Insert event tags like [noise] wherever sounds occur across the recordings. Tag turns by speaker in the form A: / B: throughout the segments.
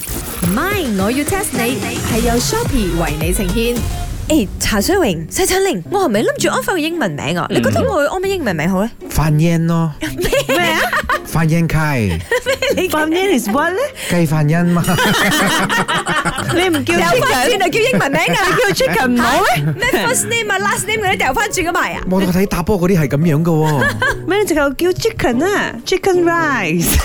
A: 唔係，我要 test 你係由 Shopee 為你呈現。
B: 誒，茶水榮、細陳玲，我係咪諗住安翻個英文名啊？你覺得我會安咩英文名好咧？
C: 范欣咯，
B: 咩啊？
C: 范欣
B: [laughs]
C: 溪，
D: Fan Yan is what 咧？
C: 雞范欣嘛，
D: 你唔叫
B: 掉
D: chicken，
B: 翻轉就叫英文名啊！
D: 你叫 chicken 唔好咩？
B: 咩 first name 啊、last name 嗰啲掉翻轉嘅埋啊？
C: 我睇打波嗰啲係咁樣噶
B: [laughs]
C: 喎。
D: 咩？你直頭叫 chicken 啊，chicken rice。 [laughs]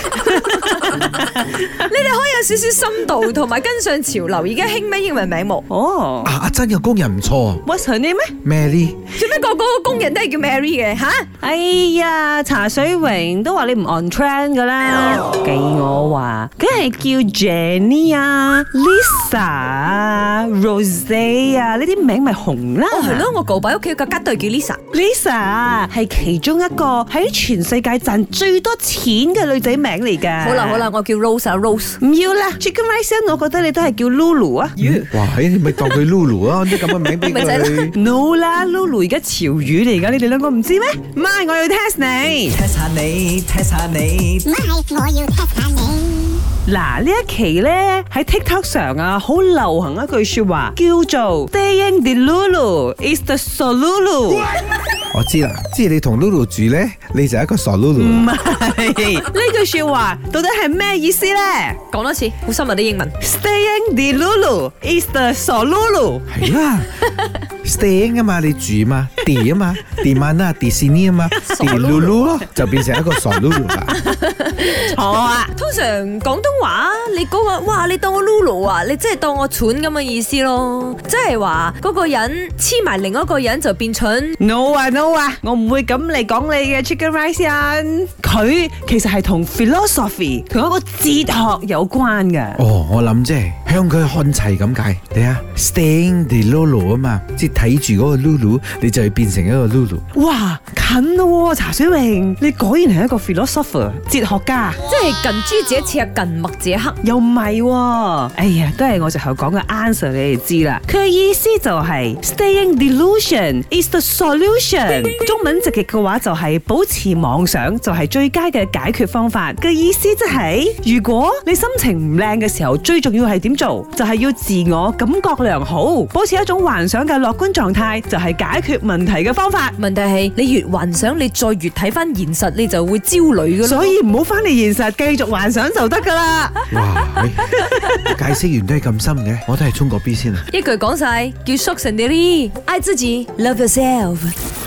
B: 你哋可以有少少深度，同埋跟上潮流。而家興咩英文名冇？
D: 哦
C: 啊，阿珍嘅工人唔錯
D: ，what's her name 咧？
C: ，Mary
B: 做咩個個工人都係叫 Mary 嘅吓？
D: 哎呀，茶水榮都話你唔 on trend 噶啦，計我話，梗係叫 Jenny 啊、Lisa 啊、Rose 啊，呢啲名咪紅啦。
B: 哦，係咯，我舊擺屋企個吉對叫 Lisa。
D: Lisa 係其中一個喺全世界賺最多錢嘅女仔名嚟㗎。
B: 好啦好，啦，我叫 Rose 啊 Rose。
D: 唔要啦，Chicken Rice，我覺得你都係叫 Lulu 啊。
C: 嗯哇，嘿你咪當佢 Lulu 啊，啲咁嘅名俾
B: [laughs] 咪就係
C: 佢。
D: No 啦，Lulu 而家潮語嚟㗎，你哋兩個唔知咩？唔係，我要 test 你。
E: test 下你，test 下你。
F: My，我要 test 下你。
D: 嗱，呢一期咧喺 TikTok 上啊，好流行一句說話，叫做 Staying the Lulu is the solulu。
C: 我知啦，即係你同 Lulu 住咧，你就係一個傻 Lulu
B: 嗯
D: 唔。係呢句說話到底係咩意思咧
B: 講多次，好深入啲英文。
D: ？Staying the Lulu is the solulu。
C: 係啦，staying 啊嘛，你住嘛，d 啊嘛，d man 啊，d s i n y 啊嘛，d Lulu 咯，就變成一個傻 Lulu 啦。
D: 錯啊！
B: 通常廣東話你嗰、個哇，你當我 Lulu 啊，你即係當我蠢咁嘅意思咯，即係話嗰個人黐埋另一個人就變蠢。
D: No 啊 no 啊，我唔會咁嚟講你嘅 Chicken Rice 啊！佢其實係同 philosophy 同一個哲學有關嘅。
C: 哦，我諗即係向佢看齊咁解。你啊，staying the Lulu 啊嘛，即係睇住嗰個 Lulu，你就會變成一個 Lulu。
D: 哇，近咯、喎，茶水榮，你果然係一個 philosopher 哲學家，
B: 即係近朱者赤，近墨者黑。
D: 又唔係喎。哎呀，都係我最後講嘅 answer 你哋知啦。佢嘅意思就係、staying delusion is the solution，中文直譯嘅話就係、保持妄想就係最佳嘅解決方法。嘅意思即係、如果你心情唔靚嘅時候，最重要係點做？就係、要自我感覺良好，保持一種幻想嘅樂觀狀態，就係、解決問題嘅方法。
B: 問題係你越幻想，你再越睇翻現實，你就會焦慮噶咯。
D: 所以唔好翻嚟現實，繼續幻想就得噶啦。
C: 哇，哎解釋完都係咁深嘅，我都係衝個 B 先啊。
B: 一句講晒，叫 s h o c k a n d y 愛自己，love yourself。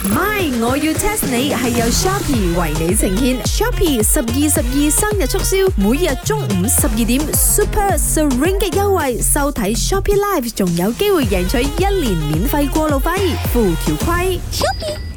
A: 唔係，我要 test 你係由 Shopee 為你呈現。Shopee 十二十二生日促銷，每日中午十二點 Super Serenge 優惠，收睇 Shopee Live 仲有機會贏取一年免費過路費，附條規。
F: Shopee